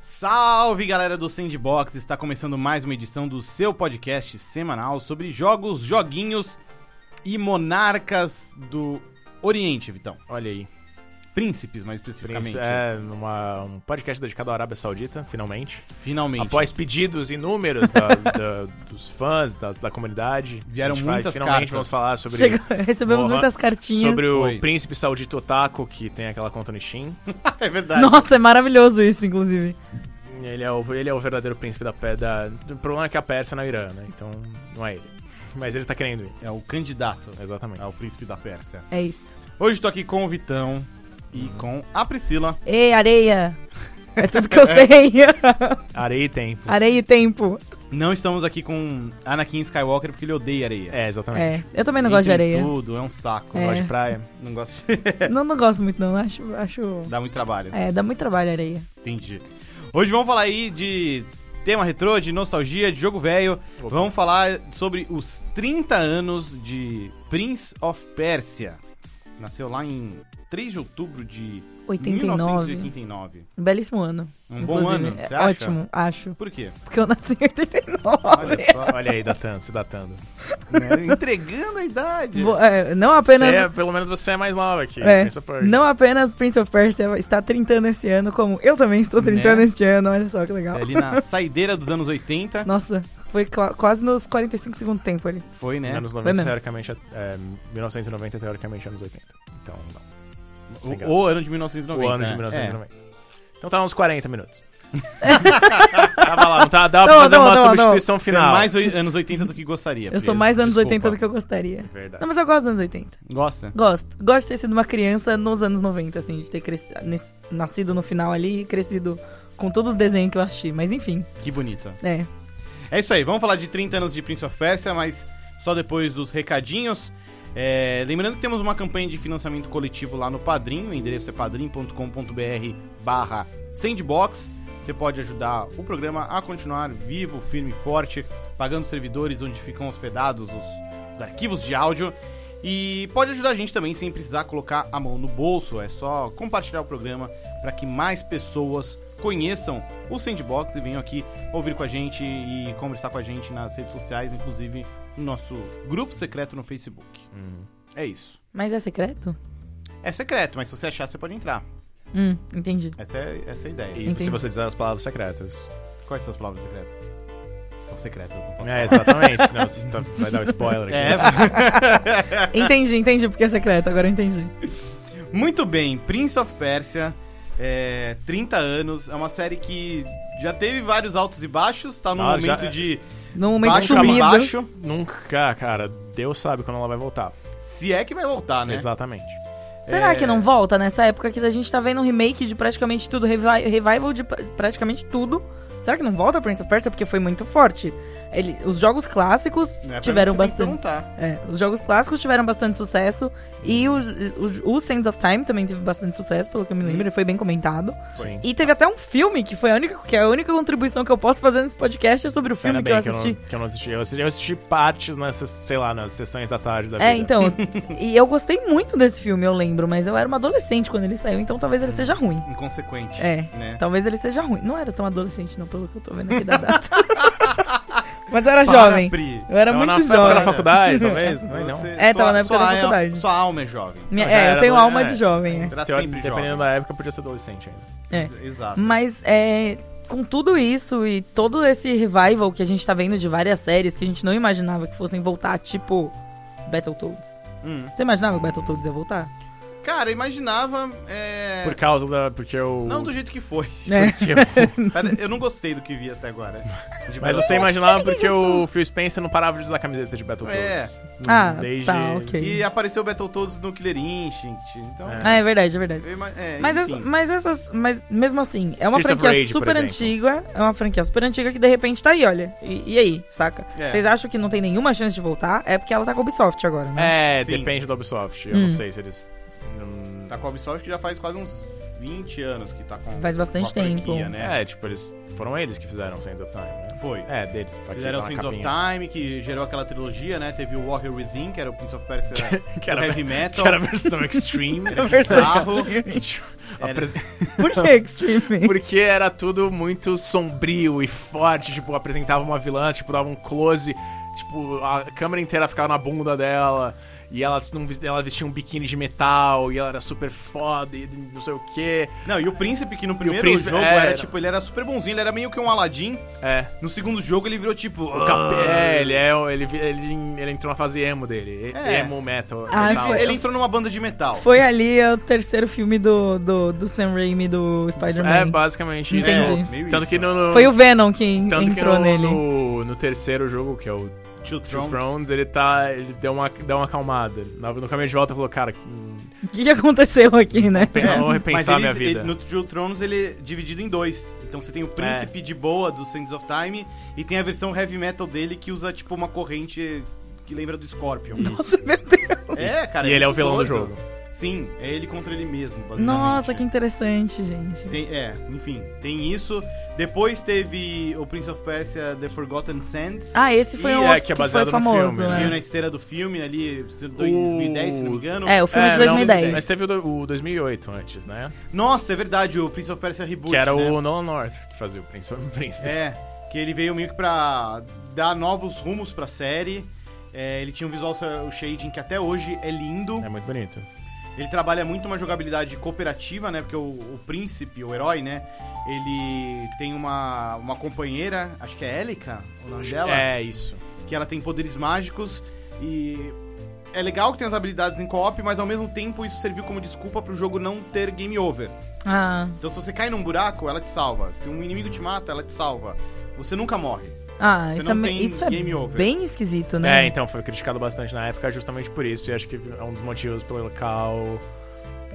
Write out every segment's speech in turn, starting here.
Salve galera do Sandbox! Está começando mais uma edição do seu podcast semanal sobre jogos, joguinhos e monarcas do Oriente, Vitão. Olha aí. Príncipes, mais especificamente. É uma- um podcast dedicado à Arábia Saudita, finalmente. Finalmente. Após pedidos inúmeros da- da- dos fãs, da, da comunidade. Vieram a gente vai- muitas Finalmente cartas. vamos falar sobre, Chegou- recebemos Mohan, muitas cartinhas. sobre o Foi. príncipe saudita otaku que tem aquela conta no Steam. é verdade. Nossa, é maravilhoso isso, inclusive. Ele é o, ele é o verdadeiro príncipe da, Pé- da... O problema é que a Pérsia é na Irã, né? Então não é ele. Mas ele tá querendo ir. É o candidato Exatamente. ao É príncipe da Pérsia. É isso. Hoje estou aqui com o Vitão e com a Priscila. Ei, areia! É tudo que eu sei. Areia e tempo. areia e tempo. Não estamos aqui com Anakin Skywalker porque ele odeia areia. É, exatamente. É. Eu também não gosto de Entra em areia. tudo, é um saco. É. Gosto de praia. Não gosto de... Não, não gosto muito, não. Acho. acho... Dá muito trabalho. É, dá muito trabalho a areia. Entendi. Hoje vamos falar aí de tema retrô, de nostalgia, de jogo velho. Opa. Vamos falar sobre os 30 anos de Prince of Persia. Nasceu lá em 3 de outubro de 89. 1989. Um Belíssimo ano. Um bom inclusive. ano, É você acha? Ótimo, acho. Por quê? Porque eu nasci em 89. Olha, só- olha aí, datando, se datando. né? Entregando a idade. Bo- é, não Você é- apenas. pelo menos você é mais nova aqui. É. Prince of Persia. Não apenas Prince of Persia está trintando esse ano, como eu também estou trintando Né? este ano. Olha só que legal. é Ali na saideira dos anos 80, Nossa, foi qua- quase nos 45 segundos tempo ali. foi, né? Anos Foi 90, mesmo. teoricamente, é, é, 1990, teoricamente, anos 80. Então, não. sem O, graça. o ano de 1990. O ano de né? 1990. Então tá uns 40 minutos. Tava lá, não tá? Dá pra Não, fazer não, uma não, não. substituição É. Você é final. mais oi- anos 80 do que gostaria. Eu sou mais anos 80 do que eu... eu gostaria. É Verdade. Não, mas eu gosto dos anos 80. Gosta? Gosto. Gosto de ter sido uma criança nos anos 90, assim, de ter cresci- nes- nascido no final ali e crescido com todos os desenhos que eu assisti. Mas enfim, Que bonita. é. É isso aí, vamos falar de 30 anos de Prince of Persia, mas só depois dos recadinhos. É, lembrando que temos uma campanha de financiamento coletivo lá no Padrim, o endereço é padrim.com.br barra sandbox. Você pode ajudar o programa a continuar vivo, firme e forte, pagando os servidores onde ficam hospedados os, os arquivos de áudio. E pode ajudar a gente também sem precisar colocar a mão no bolso, é só compartilhar o programa para que mais pessoas conheçam o Sandbox e venham aqui ouvir com a gente e conversar com a gente nas redes sociais, inclusive no nosso grupo secreto no Facebook. Hum. É isso. Mas é secreto? É secreto, mas se você achar, você pode entrar. Hum, entendi. Essa é, essa é a ideia. E Entendi. se você dizer as palavras secretas. Quais são as palavras secretas? São secretas, um não posso É, exatamente. senão você tá- vai dar um spoiler aqui. É, Entendi, entendi porque é secreto, agora eu entendi. muito bem. Prince of Persia, é, 30 anos. É uma série que já teve vários altos e baixos. Tá num Ah, já- momento de Num Um momento baixo sumido. a baixo. Nunca, cara. Deus sabe quando ela vai voltar. Se é que vai voltar, né? Exatamente. Será É. que não volta nessa época que a gente tá vendo um remake de praticamente tudo, revi- revival de pra- praticamente tudo? Será que não volta Prince of Persia porque foi muito forte? Ele- os jogos clássicos Não é pra tiveram mim que você tem bastante. que perguntar. É, os jogos clássicos tiveram bastante sucesso e o, o, o Sands of Time também teve bastante sucesso, pelo que eu me lembro, ele foi bem comentado. Sim. E teve até um filme que foi a única, que é a única contribuição que eu posso fazer nesse podcast é sobre o Ainda filme que bem eu que eu, assisti. não, que eu não assisti. Eu assisti, eu assisti partes nessas, sei lá, nas sessões da tarde da É, vida. então. e eu gostei muito desse filme, eu lembro, mas eu era uma adolescente quando ele saiu, então talvez ele seja ruim. Inconsequente. É. Né? Talvez ele seja ruim. Não era tão adolescente, não, pelo que eu tô vendo aqui da data. Mas eu era Para, Tá jovem. Pri. Eu era Tava Então, na- muito tava na jovem. faculdade, talvez. Também não. Você- É, sua- tava na época sua da alma- faculdade. Sua alma é jovem. Minha- Já é, era eu tenho adolescente, alma de é. jovem. é. Será Teori- sempre Dependendo jovem. da época, podia ser adolescente ainda. É. Exato. Mas é, com tudo isso e todo esse revival que a gente tá vendo de várias séries que a gente não imaginava que fossem voltar, tipo Battletoads. Hum. Você imaginava que Battletoads ia voltar? Cara, eu imaginava. é, Por causa da. Porque eu. Não do jeito que foi. É. que eu- Pera, eu não gostei do que vi até agora. De Mas Battle- você imaginava porque o Phil Spencer não parava de usar a camiseta de É. Battletoads. Hum, Ah, tá, ok. E apareceu o Battletoads no Killer Instinct. Então. É. Ah, é verdade, é verdade. eu ima- é, Mas, enfim. essa- mas essas. Mas mesmo assim, é Streets uma of franquia Rage, por super exemplo. antiga. É uma franquia super antiga que de repente tá aí, olha. E, e aí, saca? É. Vocês acham que não tem nenhuma chance de voltar? É porque ela tá com a Ubisoft agora, né? É, Sim. depende do Ubisoft. Eu Hum. não sei se eles. hum, Tá com a Ubisoft que já faz quase uns 20 anos que tá com Faz bastante com a franquia, tempo. Né? É, tipo, eles foram eles que fizeram Sands of Time, né? Foi. É, deles. Tá aqui, Fizeram tá na Sands of capinha. Time, que gerou aquela trilogia, né? Teve o Warrior Within, que era o Prince of Persia Que era, Heavy Metal. que era a versão Extreme. Tipo, Era Versão então. bizarro. Extreme. Era- Apres- Por que Extreme? Porque era tudo muito sombrio e forte, tipo, apresentava uma vilã, tipo, dava um close, tipo, a câmera inteira ficava na bunda dela, e ela, não vis- ela vestia um biquíni de metal, e ela era super foda, e não sei o quê. Não, e o príncipe, que no primeiro príncipe- jogo é, era, era- tipo, ele era super bonzinho, ele era meio que um Aladdin. É. No segundo jogo ele virou tipo. O cap... É, ele, é o- ele, vi- ele, ele entrou na fase emo dele. e- É. Emo metal. Ah, metal. foi- Ele entrou numa banda de metal. Foi ali é o terceiro filme do, do, do Sam Raimi do É, Spider-Man. basicamente. É, Entendi. meio Tanto isso, que né? no, no- Foi o Venom quem tanto que entrou no, nele. No, no terceiro jogo, que é o Two Two Thrones. Thrones, ele tá. Ele deu uma, deu uma acalmada. Na- No caminho de volta ele falou, cara, hum, O que, que aconteceu aqui, né? pe- É, vamos mas repensar a minha eles- vida. ele- no Two Thrones ele é dividido em dois. Então você tem o príncipe É. de boa do Sands of Time e tem a versão heavy metal dele que usa tipo uma corrente que lembra do Scorpion. Nossa, meu Deus. É, cara. e ele é o muito vilão do doido. jogo. Sim, é ele contra ele mesmo, basicamente. Nossa, que interessante, gente. Tem- é, enfim, tem isso. Depois teve o Prince of Persia The Forgotten Sands. Ah, esse foi E um é, outro que que, é baseado foi no famoso, filme, Meio né? na esteira do filme ali, 2010, se não me engano. É, o filme de É, 2010. não, mas teve o, do- o 2008 antes, né? Nossa, é verdade, o Prince of Persia Reboot. que era né? o Nolan North que fazia o príncipe. O príncipe. É, que ele veio meio que pra dar novos rumos pra série. É, ele tinha um visual o shading que até hoje é lindo. É muito bonito. Ele trabalha muito uma jogabilidade cooperativa, né? Porque o, o príncipe, o herói, né? Ele tem uma, uma companheira, acho que é Élica, o nome dela, É isso. que ela tem poderes mágicos e é legal que tem as habilidades em co-op, mas ao mesmo tempo isso serviu como desculpa pro jogo não ter game over. Ah, Então se você cai num buraco, ela te salva. Se um inimigo te mata, ela te salva. Você nunca morre. ah Você isso, não é, me- tem isso é game over. bem esquisito, É, né? então foi criticado bastante na época justamente por isso. E acho que é um dos motivos pelo local.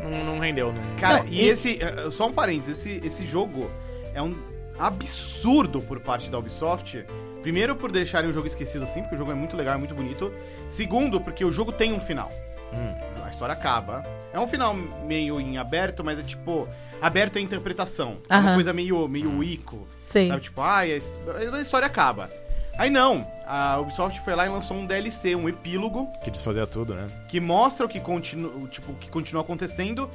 Não, não rendeu. Não... Cara, Não, e, e- esse. eh, Só um parênteses, esse, esse jogo é um absurdo por parte da Ubisoft. Primeiro, por deixarem o jogo esquecido assim, porque o jogo é muito legal, é muito bonito. Segundo, porque o jogo tem um final. Hum. A história acaba. É um final meio em aberto, mas é tipo. Aberto à interpretação. É uma Aham. coisa meio, meio Ico. Sei. Sabe? Tipo, ai, a his- a história acaba. Aí não, a Ubisoft foi lá e lançou um DLC, um epílogo, Que desfazia tudo, né? que mostra o que continua, tipo, o que continua acontecendo.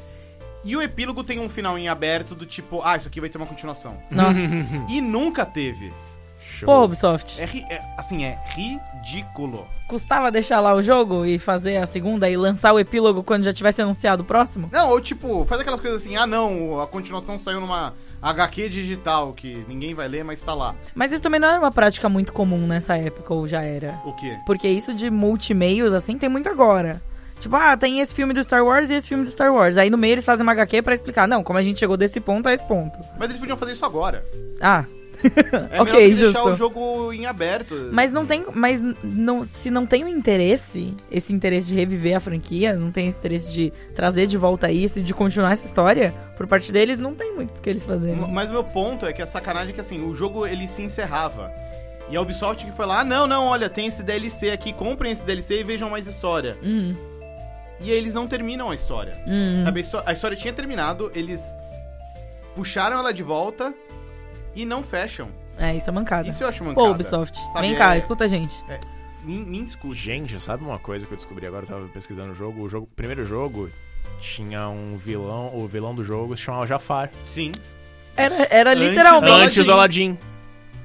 E o epílogo tem um final em aberto do tipo, ah, isso aqui vai ter uma continuação. Nossa. E nunca teve. Show. Pô, Ubisoft, É, ri- é, assim, é ridículo. custava deixar lá o jogo e fazer a segunda e lançar o epílogo quando já tivesse anunciado o próximo? Não, ou tipo, faz aquelas coisas assim, ah não, a continuação saiu numa HQ digital que ninguém vai ler, mas tá lá. Mas isso também não era uma prática muito comum nessa época, ou já era? O quê? Porque isso de multimeios, assim, tem muito agora. Tipo, ah, tem esse filme do Star Wars e esse filme do Star Wars. Aí no meio eles fazem uma HQ pra explicar, não, como a gente chegou desse ponto a esse ponto. Mas eles podiam fazer isso agora. Ah, É melhor ok, que deixar o justo. jogo em aberto. Mas não tem. Mas n- não, se não tem o interesse, esse interesse de reviver a franquia, não tem esse interesse de trazer de volta isso e de continuar essa história, por parte deles, não tem muito o que eles fazerem. M- Mas o meu ponto é que a sacanagem é que assim, o jogo ele se encerrava. E a Ubisoft que foi lá, ah, não, não, olha, tem esse DLC aqui, comprem esse DLC e vejam mais história. Hum, E aí eles não terminam a história. hum. Sabe, a histó- a história tinha terminado, eles puxaram ela de volta e não fecham. É, isso é mancada. Isso eu acho Ô, mancada. Ubisoft, Sabe, vem cá, é- escuta a gente. Me, me escute. Gente, sabe uma coisa que eu descobri agora? Eu tava pesquisando o jogo. O jogo, o primeiro jogo tinha um vilão. O vilão do jogo se chamava Jafar. Sim, Era, era Antes- literalmente. Antes do Aladdin.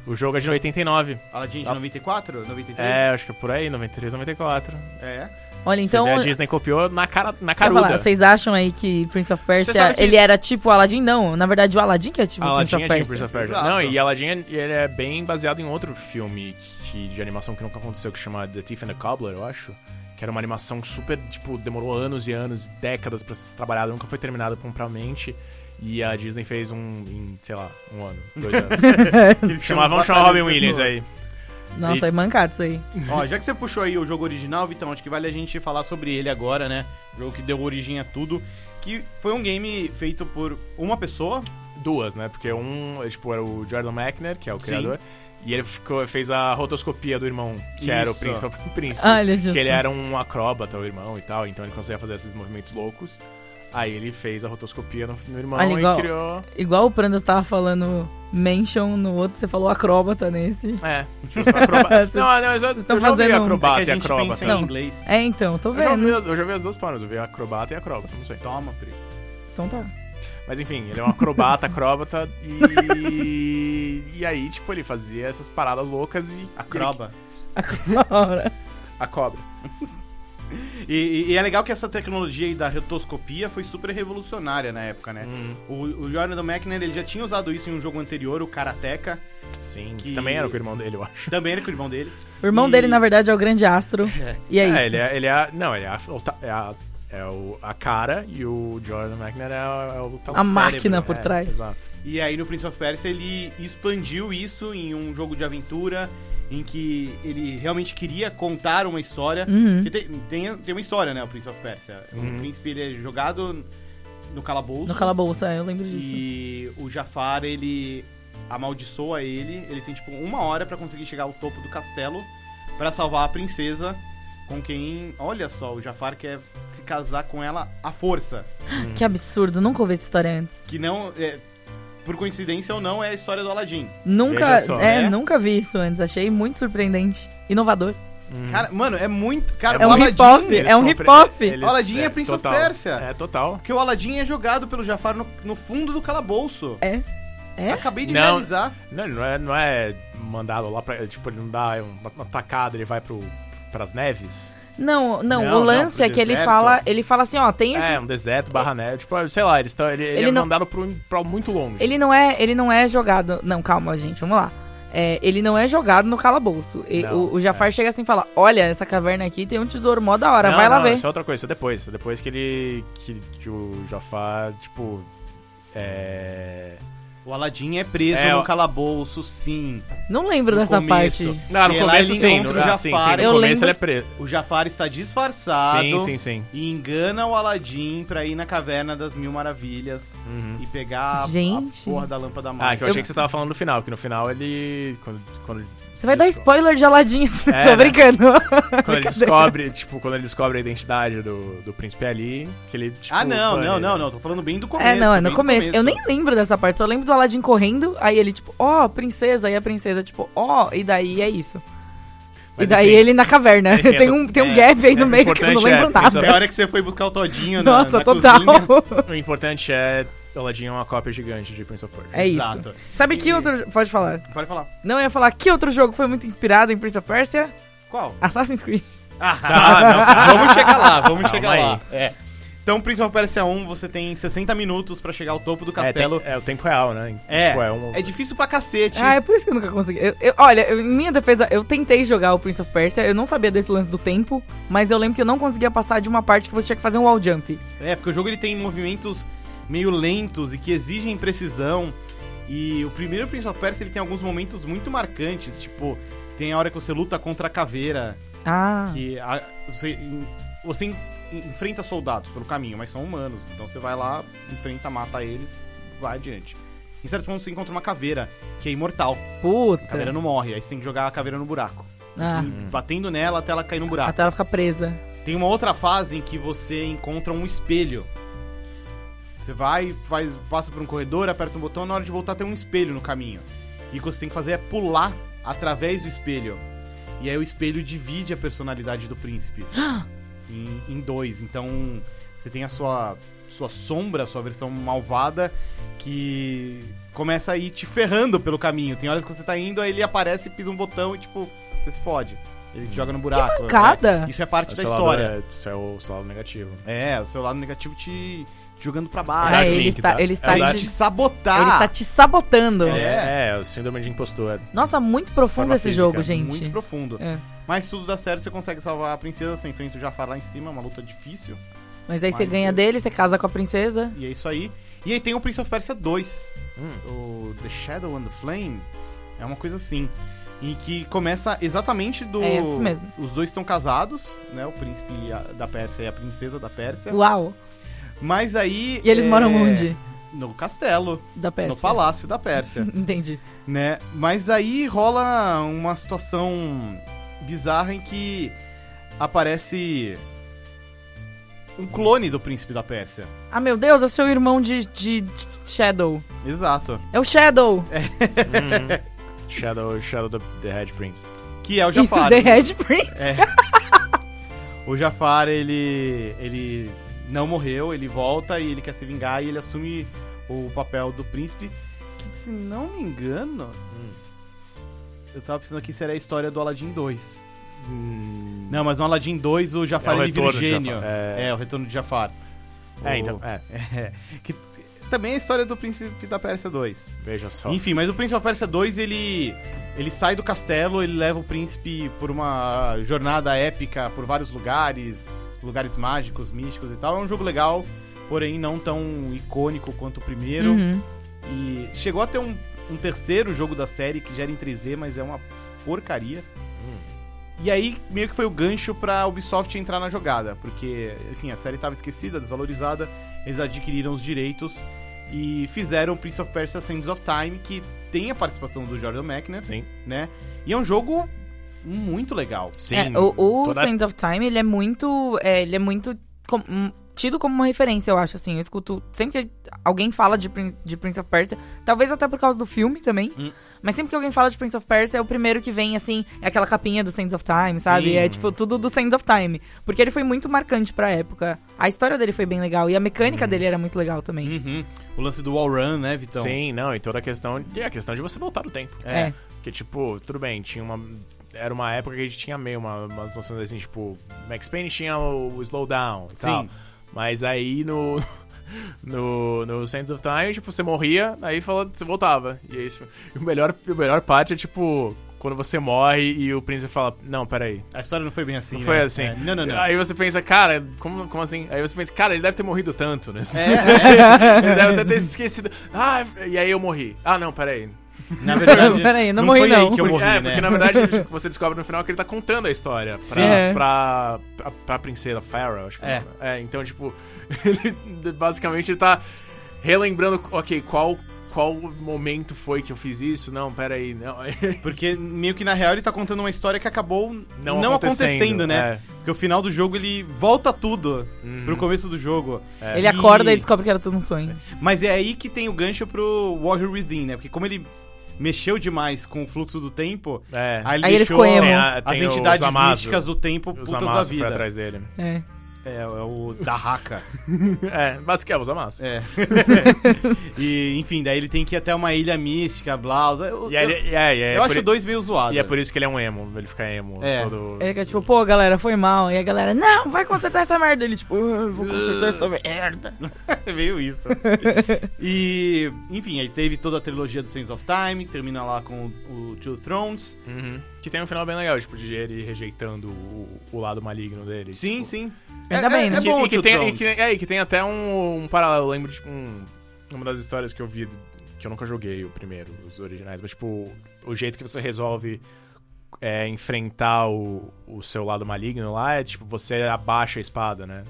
O jogo é de 89. Aladdin de Ah. 94, 93? É, acho que é por aí, 93, 94. É. Olha, então. Você vê, a Disney copiou na, cara, na Quer falar, caruda. vocês acham aí que Prince of Você Persia, sabe que- ele era tipo o Aladdin? Não, na verdade o Aladdin que é tipo o Aladdin Prince of é Persia. de Prince of Persia. Exato. Não, e Aladdin é- ele é bem baseado em outro filme que, de animação que nunca aconteceu, que chama The Thief and the Cobbler, eu acho. Que era uma animação super, tipo, demorou anos e anos, décadas pra ser trabalhada, nunca foi terminada propriamente. E a Disney fez um, em, sei lá, um ano, dois anos. Eles Chamava, chamam vamos chamar Robin Batalha de Williams Pessoas. aí. Nossa, é mancado isso aí. Ó, já que você puxou aí o jogo original, Vitão, acho que vale a gente falar sobre ele agora, né? O jogo que deu origem a tudo. Que foi um game feito por uma pessoa. é Duas, né? Porque um, é, tipo, era o Jordan Mechner, que é o Sim. criador, e ele ficou, fez a rotoscopia do irmão, que Isso. era o príncipe. o príncipe. é- Olha, Ah, é justo. Que ele era um acróbata, o irmão e tal, então ele conseguia fazer esses movimentos loucos. Aí ele fez a rotoscopia no, no irmão Olha, igual- e criou. Igual o Prandas tava falando Mansion no outro, você falou acróbata nesse. É, justo, acroba... Vocês- Não, não, mas eu, vocês tão eu já ouvi fazendo um- é acrobata que e a gente acróbata. pensa em Não. inglês. É, então, tô Eu já, vendo. ouvi, eu já ouvi as duas formas, eu vi acrobata e acróbata, não sei. Toma, Pri. Então tá. Mas enfim, ele é um acrobata, acróbata e. e aí, tipo, ele fazia essas paradas loucas e. Acroba. Acróbata. A cobra. E, e- e é legal que essa tecnologia aí da rotoscopia foi super revolucionária na época, né? O, o Jordan McNair, ele já tinha usado isso em um jogo anterior, o Karateka. Sim, que... Que- também era com o irmão dele, eu acho. Também era com o irmão dele. O irmão E- dele, na verdade, é o grande astro. E é, isso. ele é. Ele é não, ele é a. o ta- É a é o, a cara e o Jordan McNair é, o- é o. tá o A máquina por é, trás. Exato. E aí no Prince of Persia ele expandiu isso em um jogo de aventura em que ele realmente queria contar uma história. Uhum. Porque Tem, tem, tem uma história, né, o Prince of Persia. Uhum. O príncipe ele é jogado no calabouço. No calabouço, é, eu lembro disso. E o Jafar, ele amaldiçoa ele. Ele tem, tipo, uma hora pra conseguir chegar ao topo do castelo pra salvar a princesa com quem... Olha só, o Jafar quer se casar com ela à força. Que absurdo, nunca ouvi essa história antes. Que não... é, por coincidência ou não, é a história do Aladdin. Nunca, Veja só, é, né? nunca vi isso antes. Achei muito surpreendente. Inovador. Hum. Cara, mano, é muito... Cara, É o um Aladdin... hip-hop, Uhum. Eles é um compre- hip-hop. eles- Aladdin é Prince of total. Persia. É, total. Porque o Aladdin é jogado pelo Jafar no, no fundo do calabouço. É. É? Acabei de Não. realizar. Não, ele não é, não é mandado lá pra. Tipo, ele não dá uma, uma tacada, ele vai pro, pras neves. Não, Não, não, o não, lance pro é que ele deserto. fala, ele fala assim, ó, tem esse É, um deserto barra neve. Tipo, sei lá, eles tão, ele, ele Ele é não- mandado pro, pra muito longe. Ele não é, ele não é jogado. Não, calma, gente, vamos lá. É, ele não é jogado no calabouço. E Não, é. o, o Jafar chega assim e fala: Olha, essa caverna aqui tem um tesouro mó da hora, não, vai lá não, ver. Isso é outra coisa, isso é depois. Isso é depois que ele. que, que o Jafar, tipo. É. O Aladdin é preso É, no o- calabouço, sim. Não lembro Ah, No dessa começo. parte. Não, E no lá começo ele sim, no, encontra o ah, sim, sim, Jafar. no Eu começo lembro- ele é preso. O Jafar está disfarçado. Sim, sim, sim. e engana o Aladdin pra ir na Caverna das Mil Maravilhas Uhum. e pegar a- Gente. a porra da lâmpada Ah, que mágica. eu, Eu- achei que você tava falando no final, que no final ele. Quando, quando, Você vai dar Isso. spoiler de Aladdin, É, tô né? brincando. quando ele descobre, tipo, quando ele descobre a identidade do, do príncipe ali, que ele, tipo, Ah, não, pô, não, ele- não, não. Tô falando bem do começo. É, não, é no bem do começo. Eu nem lembro dessa parte, só lembro do Aladdin correndo, aí ele, tipo, ó, princesa, aí a princesa, tipo, ó, e daí é isso. Mas e daí enfim. ele na caverna. Enfim, tem um, tem um é, gap aí é, no o meio que eu não importante lembro é, nada. precisa- É a hora que você foi buscar o Todinho na- Nossa, na total. cozinha. O importante é. O Aladdin é uma cópia gigante de Prince of Persia. É isso. Exato. Sabe que E- outro. Pode falar. Pode falar. Não, eu ia falar que outro jogo foi muito inspirado em Prince of Persia? Qual? Assassin's Creed. Ah, não, vamos chegar lá, vamos Calma chegar aí. lá. É. Então, Prince of Persia 1, você tem 60 minutos pra chegar ao topo do É, castelo. tem- é, o tempo real, né? É, Tipo, é, um- difícil pra cacete. Ah, é por isso que eu nunca consegui. Eu- eu- olha, eu- em minha defesa, eu tentei jogar o Prince of Persia, eu não sabia desse lance do tempo, mas eu lembro que eu não conseguia passar de uma parte que você tinha que fazer um wall jump. É, porque o jogo ele tem movimentos meio lentos e que exigem precisão. E o primeiro Prince of Persia ele tem alguns momentos muito marcantes, tipo, tem a hora que você luta contra a caveira, Ah, que a- você, em- você en- enfrenta soldados pelo caminho, mas são humanos, então você vai lá, enfrenta, mata eles, vai adiante. Em certo ponto você encontra uma caveira, que tá é imortal, a caveira puta. não morre, aí você tem que jogar a caveira no buraco. Ah, E batendo nela até ela cair no buraco. até ela ficar presa. Tem uma outra fase em que você encontra um espelho. Você vai, faz, passa por um corredor, aperta um botão, na hora de voltar tem um espelho no caminho. E o que você tem que fazer é pular através do espelho. E aí o espelho divide a personalidade do príncipe em, em dois. Então você tem a sua, sua sombra, a sua versão malvada, que começa a ir te ferrando pelo caminho. Tem horas que você tá indo, aí ele aparece, pisa um botão e tipo, você se fode. Ele te joga no buraco. né? mancada! Isso é parte o da seu lado história. é- Isso é o seu lado negativo. É, o seu lado negativo te te jogando pra Ah, baixo. Caraca, ele Link, está, tá? ele está, É Pra verdade. te te, sabotar. ele está te sabotando. É. É, é o síndrome de impostor. Nossa, muito profundo Forma esse física, jogo, Muito gente. profundo. É. Mas se tudo dá certo, você consegue salvar a princesa, você enfrenta o Jafar lá em cima, é uma luta difícil. Mas aí você Mas ganha eu- dele, você casa com a princesa. E é isso aí. E aí tem o Prince of Persia 2, Hum. o The Shadow and the Flame. É uma coisa assim. Em que começa exatamente do. É isso mesmo. Os dois são casados, né? O príncipe e a- da Pérsia e a princesa da Pérsia. Uau! Mas aí. E eles é, moram onde? No castelo, Da Pérsia. no palácio da Pérsia. Entendi. né? Mas aí rola uma situação bizarra em que aparece um clone do príncipe da Pérsia. Ah, meu Deus, é o seu irmão de, de- de Shadow. Exato. É o Shadow! Uhum. Shadow, Shadow the, the Head Prince. Que é o E o Jafar. The Red Prince. O Jafar, ele. ele não morreu, ele volta e ele quer se vingar e ele assume o papel do príncipe. Que se não me engano. Eu tava pensando aqui se era a história do Aladdin 2. Não, mas no Aladdin 2 o Jafar É o ele vira o retorno de gênio. Jafar. É... É. o retorno de Jafar. É, O- então. É, que também é a história do príncipe da Pérsia 2. veja só. Enfim, mas o Príncipe of Persia 2, ele, ele sai do castelo, ele leva o príncipe por uma jornada épica por vários lugares, lugares mágicos, místicos e tal. É um jogo legal, porém não tão icônico quanto o primeiro. Uhum. E chegou a ter um, um terceiro jogo da série que já era em 3D, mas é uma porcaria. Hum. E aí meio que foi o gancho pra Ubisoft entrar na jogada, porque, enfim, a série tava esquecida, desvalorizada, eles adquiriram os direitos e fizeram o Prince of Persia Sands of Time, que tem a participação do Jordan Mechner, Sim. né? E é um jogo muito legal. Sim. É, o o toda- Sands of Time, ele é muito. é, ele é muito. com- um, tido como uma referência, eu acho, assim. Eu escuto. Sempre que alguém fala de, Prin- de Prince of Persia, talvez até por causa do filme também. Hum. Mas sempre que alguém fala de Prince of Persia, é o primeiro que vem, assim, é aquela capinha do Sands of Time, sabe? Sim. É tipo tudo do Sands of Time. Porque ele foi muito marcante pra época. A história dele foi bem legal e a mecânica dele era muito legal também. Uhum. O lance do Wall Run, né, Vitão? Sim, não, e toda a questão. E a questão de você voltar no tempo. É. Porque, tipo, tudo bem, tinha uma. Era uma época que a gente tinha meio uma, umas noções assim, tipo, Max Payne tinha o, o slowdown e Sim. tal. Mas aí no. No, no Sands of Time, tipo, você morria, aí fala, você voltava. E aí, você- e o melhor, o melhor parte é, tipo, quando você morre e o príncipe fala, não, peraí, A história não foi bem assim, não né? foi assim. É. Não, não, não. Aí você pensa, cara, como, como assim? Aí você pensa, cara, ele deve ter morrido tanto, né? É, é. Ele deve até ter esquecido. Ah, e aí eu morri. Ah, não, peraí. na verdade... Peraí, não morri, foi aí não. que eu morri, Porque- é, né? porque na verdade ele- você descobre no final que ele tá contando a história pra, Sim. É. pra, pra, pra princesa Pharaoh, acho que É. é. é. Então, tipo, ele basicamente ele tá relembrando, ok, qual, qual momento foi que eu fiz isso? Não, peraí, não. Porque meio que na real ele tá contando uma história que acabou não, acontecendo, né? é. Porque o final do jogo ele volta tudo Uhum. É. pro começo do jogo. E- Ele acorda e descobre que era tudo um sonho. Mas é aí que tem o gancho pro Warrior Within, né? Porque como ele mexeu demais com o fluxo do tempo, É. aí ele Aí ele deixou ficou emo. Tem a- as tem os entidades Amazo. místicas do tempo Os putas da Amazo foi vida. atrás dele. É. É, é o da raca. É, basicamente, os Amazo. é. e, enfim, daí ele tem que ir até uma ilha mística, blausa. Eu, E aí, eu- ele- é, e é, eu por acho i- o dois meio zoado. E é por isso que ele é um emo, ele fica emo. É. Todo... Ele fica tipo, pô, galera, foi mal. E a galera, não, vai consertar essa merda. Ele, tipo, "Ah, vou consertar essa merda. É meio isso. e, enfim, aí teve toda a trilogia do Sands of Time, termina lá com o Two Thrones. Uhum. Que tem um final bem legal, tipo, de ele rejeitando o, o lado maligno dele. Sim, tipo. sim. Ainda bem, né? É Que- bom e, que Two tem, e, Thrones. que, é, e que tem até um, um paralelo. Eu lembro de tipo, um- uma das histórias que eu vi, do- que eu nunca joguei o primeiro, os originais, mas tipo, o jeito que você resolve é, enfrentar o, o seu lado maligno lá é tipo, você abaixa a espada, né?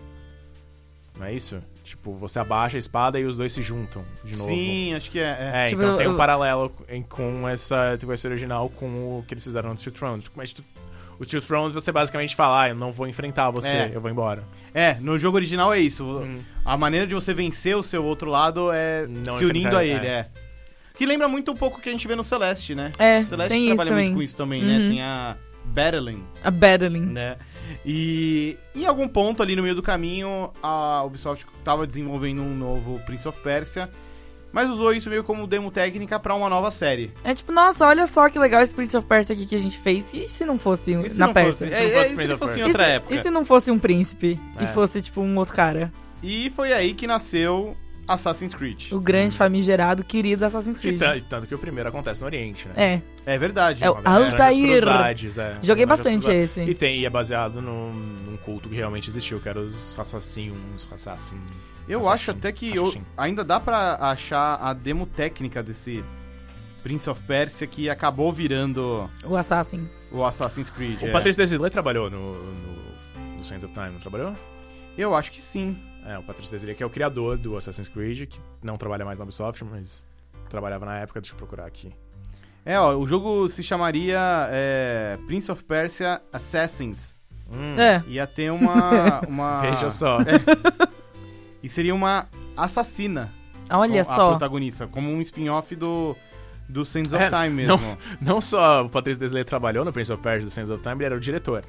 Não é isso? Tipo, você abaixa a espada e os dois se juntam de novo. Sim, acho que é. é. É, Tipo, então tem eu- um paralelo em- com essa com esse original com o que eles fizeram no Two Thrones. Mas tu- o Two Thrones você basicamente fala, ah, eu não vou enfrentar você, É. eu vou embora. É, no jogo original é isso. Hum. A maneira de você vencer o seu outro lado é Não se unindo a enfrentar, ele, é. Que lembra muito um pouco o que a gente vê no Celeste, né? É, Celeste tem isso trabalha também. muito com isso também, né? Uhum. Tem a Battling, A Battling. né? E em algum ponto ali no meio do caminho, a Ubisoft tava desenvolvendo um novo Prince of Persia, mas usou isso meio como demo técnica pra uma nova série. É tipo, nossa, olha só que legal esse Prince of Persia aqui que a gente fez. E se não fosse um- E se na não fosse, Pérsia? é, Se não é, fosse e se Prince não of fosse em Persia. outra e, época. se, e se não fosse um príncipe? É. E fosse, tipo, um outro cara? E foi aí que nasceu Assassin's Creed. O grande famigerado, querido Assassin's E Creed. tan- tanto que tá- o primeiro acontece no Oriente, né? É, É verdade. É o- Uma das grandes Altair. cruzades, é. joguei Uma das bastante cruzades. esse. E tem, e é baseado num, num culto que realmente existiu, que era os assassinos, assassinos. Eu acho até que eu- ainda dá pra achar a demo técnica desse Prince of Persia que acabou virando o Assassin's. o Assassin's Creed. O é. Patrício Desilé trabalhou no, no, no Sands of Time, não trabalhou? Eu acho que sim. É, o Patrício Desilé, que é o criador do Assassin's Creed, que não trabalha mais na Ubisoft, mas trabalhava na época, deixa eu procurar aqui. É, ó, o jogo se chamaria é, Prince of Persia Assassins É. Ia ter uma. uma... Hum, Veja só. É. E seria uma assassina. Olha com- A só. protagonista. Como um spin-off do. Do Sands of É, Time mesmo. não- Não só o Patrício Desley trabalhou no Prince of Persia do Sands of Time, ele era o diretor.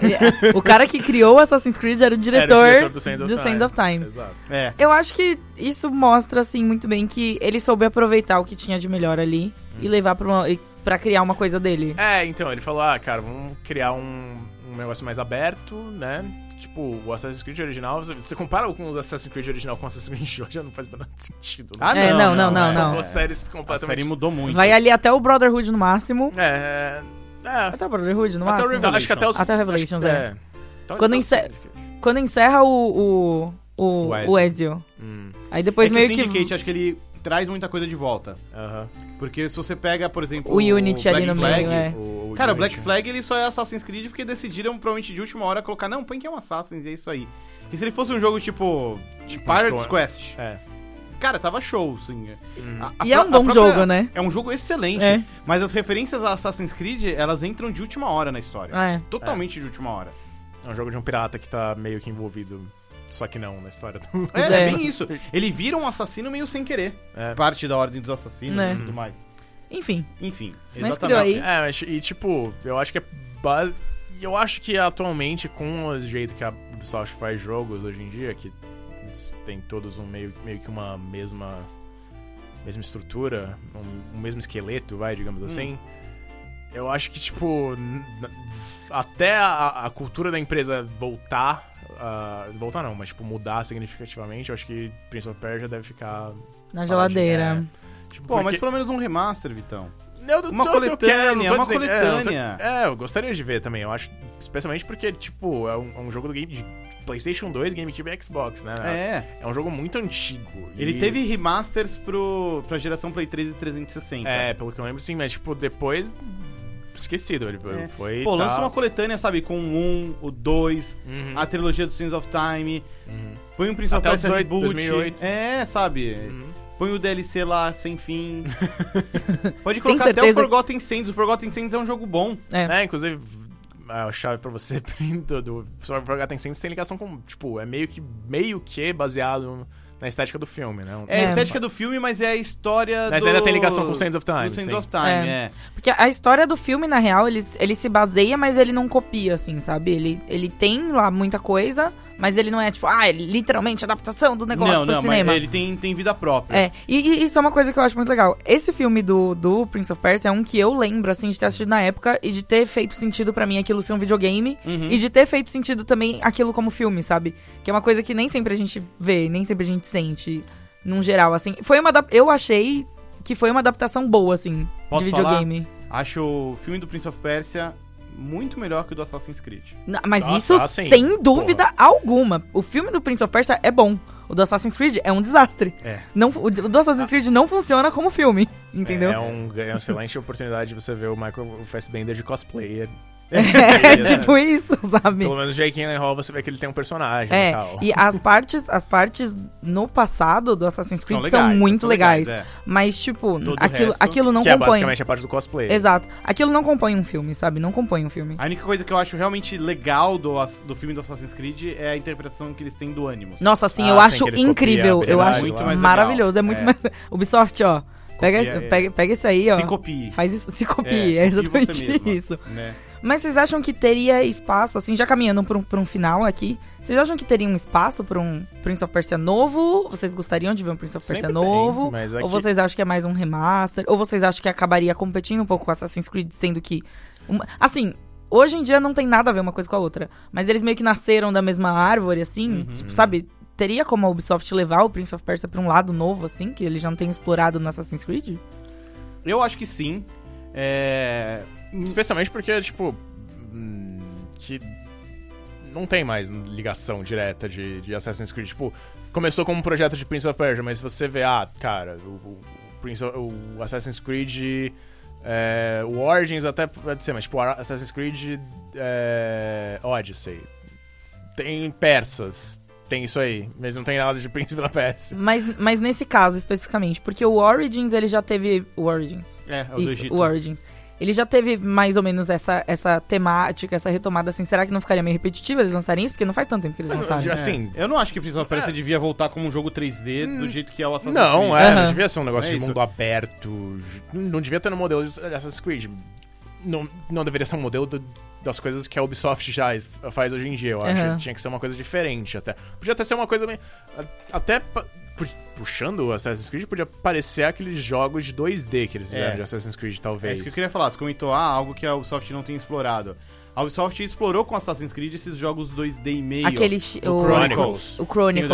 Ele- o cara que criou Assassin's Creed era o diretor, era o diretor do Sands of do Time. Sands of Time. Exato. É. Eu acho que isso mostra, assim, muito bem que ele soube aproveitar o que tinha de melhor ali e levar pra, uma, e- pra criar uma coisa dele. É, então, ele falou, ah, cara, vamos criar um, um negócio mais aberto, né? Tipo, o Assassin's Creed original, você, você compara com o Assassin's Creed original com o Assassin's Creed de hoje, não faz nada de sentido. né? Ah, É, não, não, não, São não. duas séries A completamente... série mudou muito. Vai ali até o Brotherhood no máximo. É, é... Até o Brotherhood no Até o máximo. Revolution. Acho que até os... Até o Revelations, acho que- é. Então, Quando então, encer- Quando encerra o, o, o, O Ezio. o Ezio. Hum, Aí depois é meio que o que. Syndicate, acho que ele traz muita coisa de volta. aham. Porque se você pega, por exemplo, O Unity ali no Flag, meio, é. O- o Cara, o Unity, Black né? Flag ele só é Assassin's Creed porque decidiram, provavelmente, de última hora colocar, não, põe que é um Assassin's, e é isso aí. Porque se ele fosse um jogo tipo. Pirates Square. Quest. um É. Cara, tava show, sim. Uhum. A- a E é pró- um a bom própria- jogo, né? É um jogo excelente, É. mas as referências a Assassin's Creed, elas entram de última hora na história. Ah, é. Totalmente de última hora. É um jogo de um pirata que tá meio que envolvido, só que não, na história do... É, é. É. bem isso. Ele vira um assassino meio sem querer. É. Parte da ordem dos assassinos Né. e tudo mais. Enfim. Enfim, Mas criou aí. É, mas, e tipo, eu acho que é base. E eu acho que atualmente, com o jeito que a Ubisoft faz jogos hoje em dia, que eles têm todos um meio, meio que uma mesma. mesma estrutura, um, um mesmo esqueleto, vai, digamos assim. Eu acho que, tipo. n- n- Até a, a cultura da empresa voltar. ah, voltar não, mas tipo, mudar significativamente, eu acho que Prince of Persia deve ficar. Na geladeira. É, tipo, Pô, mas porque- pelo menos um remaster, Vitão. não, não Uma tô- eu coletânea, quero, não tô uma dizendo- é, eu tô- coletânea. É, eu gostaria de ver também, eu acho. Especialmente porque, tipo, é um, é um jogo do game de PlayStation 2, GameCube e Xbox, né? É. É um jogo muito antigo. Ele e- teve remasters pro, pra geração Play 3 e 360. É, pelo que eu lembro, sim, mas, tipo, depois. Esquecido, ele É. foi. Pô, e lança tal. uma coletânea, sabe? Com o 1, o 2, Uhum, a trilogia do Sins of Time. uhum, Põe um Prince of Até o Persia 18, Reboot. 2008. É, sabe? uhum. Põe o DLC lá, sem fim. Pode Tem colocar até o certeza? Forgotten Sands. O Forgotten Sands é um jogo bom. É. Né, inclusive. A chave pra você do, do Survivor Forgotten Saints tem ligação com, tipo, é meio que, meio que baseado na estética do filme, né? É, a É. estética do filme, mas é a história Mas do... ainda tem ligação com Sands of Time, Do Sands sim. of Time, É. é. Porque a história do filme, na real, ele, ele se baseia, mas ele não copia, assim, sabe? Ele, ele tem lá muita coisa, mas ele não é tipo, ah, é literalmente adaptação do negócio não, pro não, cinema. mas ele tem, tem vida própria. É, e, e isso é uma coisa que eu acho muito legal. Esse filme do, do Prince of Persia é um que eu lembro, assim, de ter assistido na época e de ter feito sentido pra mim aquilo ser um videogame Uhum. e de ter feito sentido também aquilo como filme, sabe? Que é uma coisa que nem sempre a gente vê, nem sempre a gente sente, num geral, assim. Foi uma adap- Eu achei que foi uma adaptação boa, assim, Posso de videogame. Acho o filme do Prince of Persia muito melhor que o do Assassin's Creed. Na- mas Nossa, isso ah, sim. sem dúvida alguma. O filme do Prince of Persia é bom. O do Assassin's Creed é um desastre. É. Não, o do Assassin's Creed não funciona como filme, entendeu? Ah. É, um, é uma excelente oportunidade de você ver o Michael Fassbender de cosplay. É, tipo isso, sabe? Então, Pelo menos Jake Hall você vê que ele tem um personagem e É, tal. e as partes, as partes no passado do Assassin's Creed são, legais, muito são legais, é. mas tipo, Todo o aquilo, resto, aquilo não que é compõe. basicamente a parte do cosplay. Exato. Aquilo não compõe um filme, sabe? Não compõe um filme. A única coisa que eu acho realmente legal do, ass- do filme do Assassin's Creed é a interpretação que eles têm do Animus. Nossa, assim, Ah, eu sim, acho que eles incrível. copiam Eu a acho habilidade lá. maravilhoso, é muito É. mais Ubisoft, ó. Pega, Copia, esse- é. Pega, pega isso aí, ó. Se copie, Faz isso, se copia, É, é, e você exatamente mesma. isso. né? Mas vocês acham que teria espaço, assim, já caminhando pra um, pra um final aqui, vocês acham que teria um espaço pra um Prince of Persia novo? Vocês gostariam de ver um Prince of Persia Sempre tem, novo? mas aqui- Ou vocês acham que é mais um remaster? Ou vocês acham que acabaria competindo um pouco com Assassin's Creed, sendo que. uma- Assim, hoje em dia não tem nada a ver uma coisa com a outra. Mas eles meio que nasceram da mesma árvore, assim, Uhum. tipo, sabe? Teria como a Ubisoft levar o Prince of Persia pra um lado novo, assim, que eles já não têm explorado no Assassin's Creed? Eu acho que sim. É... Especialmente porque, tipo. hum, Que. Não tem mais ligação direta de, de Assassin's Creed. Tipo, começou como um projeto de Prince of Persia, mas se você vê, ah, cara, o, o- o Prince of- o Assassin's Creed. é, o Origins até pode ser, mas tipo, o Assassin's Creed é, Odyssey. Tem persas. Tem isso aí. Mas não tem nada de Príncipe da Pérsia. Mas, mas nesse caso especificamente, porque o Origins ele já teve. O Origins. É, é o do Isso, Egito. o Origins. Ele já teve mais ou menos essa, essa temática, essa retomada, assim. Será que não ficaria meio repetitivo eles lançarem isso? Porque não faz tanto tempo que eles Mas, lançaram. já- Assim- É, eu não acho que Prince of Persia devia voltar como um jogo 3D Hum. do jeito que é o Assassin's Não, Creed. é, Aham. não devia ser um negócio É de isso. mundo aberto. j- Não devia ter no modelo de Assassin's Creed. Não, não deveria ser um modelo do- das coisas que a Ubisoft já es- faz hoje em dia, eu acho. Aham. Tinha que ser uma coisa diferente até. Podia até ser uma coisa meio. a- Até pa- pu- puxando o Assassin's Creed, podia parecer aqueles jogos de 2D que eles fizeram É. de Assassin's Creed, É talvez. isso que eu queria falar. Você comentou ah, algo que a Ubisoft não tem explorado. A Ubisoft explorou com Assassin's Creed esses jogos 2D e meio. Aquele. chi- O o Chronicles. Tem O o da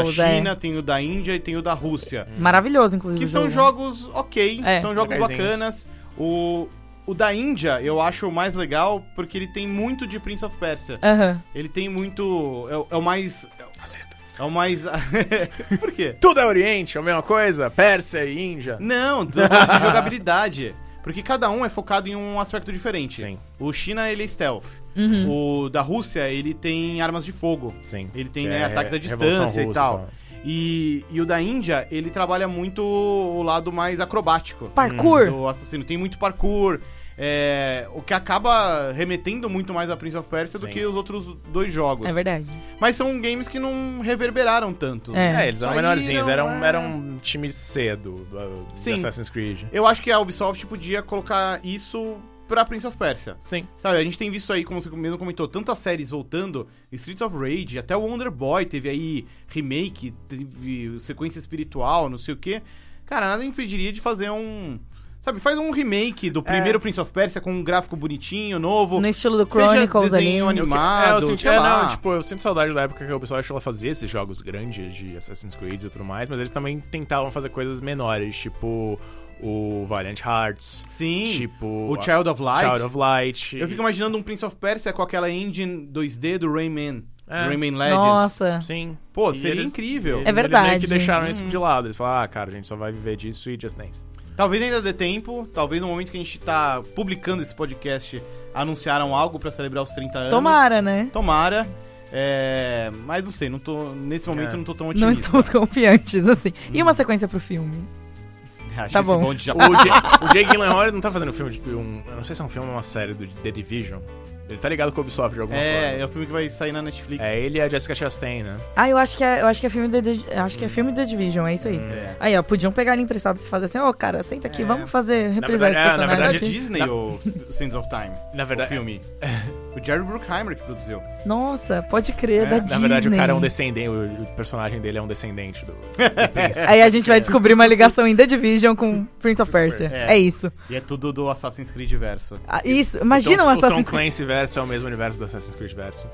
Chronicles, é. China, tem o da Índia e tem o da Rússia. Maravilhoso, inclusive. Que o são jogo. jogos ok, É. são jogos Legaisinhos. bacanas. O, o da Índia eu acho o mais legal porque ele tem muito de Prince of Persia. Aham. Ele tem muito. É, o- é o mais. Assista. É o mais. Por quê? Tudo é Oriente, é a mesma coisa? Pérsia e Índia. Não, tô falando de jogabilidade. Porque cada um é focado em um aspecto diferente. Sim. O China, ele é stealth. Uhum. O da Rússia, ele tem armas de fogo. Sim. Ele tem, Que né, é ataques à Revolução distância e Russa, tal. tá. E, e o da Índia, ele trabalha muito o lado mais acrobático Parkour. do assassino. Tem muito parkour, é, o que acaba remetendo muito mais a Prince of Persia do Sim. que os outros dois jogos. É verdade. Mas são games que não reverberaram tanto. É. É, eles eram Saíram, menorzinhos, era um, é. era um time cedo do de Sim. Assassin's Creed. Eu acho que a Ubisoft podia colocar isso pra Prince of Persia. Sim. Sabe, a gente tem visto aí, como você mesmo comentou, tantas séries voltando, Streets of Rage, até o Wonder Boy teve aí remake, teve sequência espiritual, não sei o quê. Cara, nada impediria de fazer um... Sabe, faz um remake É. do primeiro Prince of Persia com um gráfico bonitinho, novo. No estilo do Seja Chronicles ali. desenho animado, é, eu senti, sei é, lá. não, tipo, eu sinto saudade da época que a Ubisoft ela fazia esses jogos grandes de Assassin's Creed e tudo mais, mas eles também tentavam fazer coisas menores, tipo o Valiant Hearts, Sim, tipo o a- Child of Light. Child of Light. Eu fico imaginando um Prince of Persia com aquela engine 2D do Rayman, É. Rayman Legends. Nossa. Sim. Pô, E seria incrível. e É verdade. Eles meio que deixaram isso de lado. Eles falaram, ah, cara, a gente só vai viver disso e Just Dance. Talvez ainda dê tempo, talvez no momento que a gente tá publicando esse podcast, anunciaram algo pra celebrar os 30 anos. Tomara, né? Tomara. É, mas não sei, não tô, nesse momento É. eu não tô tão Não otimista. Hum. estamos confiantes, assim. E uma sequência pro filme? Acho Tá que bom. Esse bonde já... O, Ja- o Jake Gyllenhaal ele não tá fazendo filme de. Um, eu não sei se é um filme ou uma série do The Division. Ele tá ligado com o Ubisoft de alguma É, é forma. o filme que vai sair na Netflix. É ele e a Jessica Chastain, né? Ah, eu acho que é, eu acho que é filme The, Di- acho que é filme The Division, é isso aí. É. Aí, ó, podiam pegar ele emprestado pra fazer assim, ó, cara, senta aqui, É. vamos fazer, reprisar verdade- esse é, na personagem. Na verdade, é aqui. Disney Na- ou Sands of Time. Na verdade- O filme. é- o Jerry Bruckheimer que produziu. Nossa, pode crer, da Disney. Na verdade, o cara é um descendente, o, o personagem dele é um descendente do, do príncipe. Aí a gente vai descobrir uma ligação em The Division com Prince of Prince of Persia. Persia. É, isso. E é tudo do Assassin's Creed verso. Ah, isso, imagina Então, o Tom- um O Assassin's Tom Creed. Clancy verso é o mesmo universo do Assassin's Creed verso.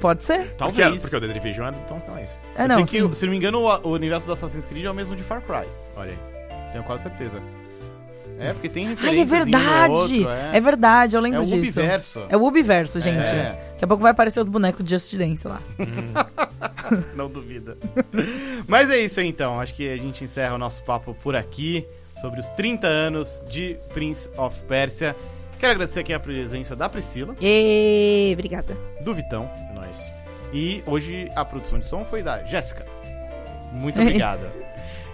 Pode ser? Porque, Talvez. porque o The Division é do Tom Clancy. É, Eu não. sei que, sim. se não me engano, o, o universo do Assassin's Creed é o mesmo de Far Cry. Olha aí. Tenho quase certeza. É, porque tem Ai, é referências em um verdade! outro, é. verdade, eu lembro é o disso. Ubiverso. É o Ubiverso, gente. É. Daqui a pouco vai aparecer os bonecos de Just Dance lá. Não duvida. Mas é isso aí, então. Acho que a gente encerra o nosso papo por aqui sobre os 30 anos de Prince of Persia. Quero agradecer aqui a presença da Priscila, Ê, obrigada. do Vitão. Nós. E hoje a produção de som foi da Jéssica. Muito obrigado.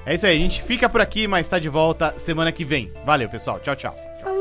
é isso aí, a gente fica por aqui, mas tá de volta semana que vem. Valeu, pessoal. Tchau, tchau. Falou.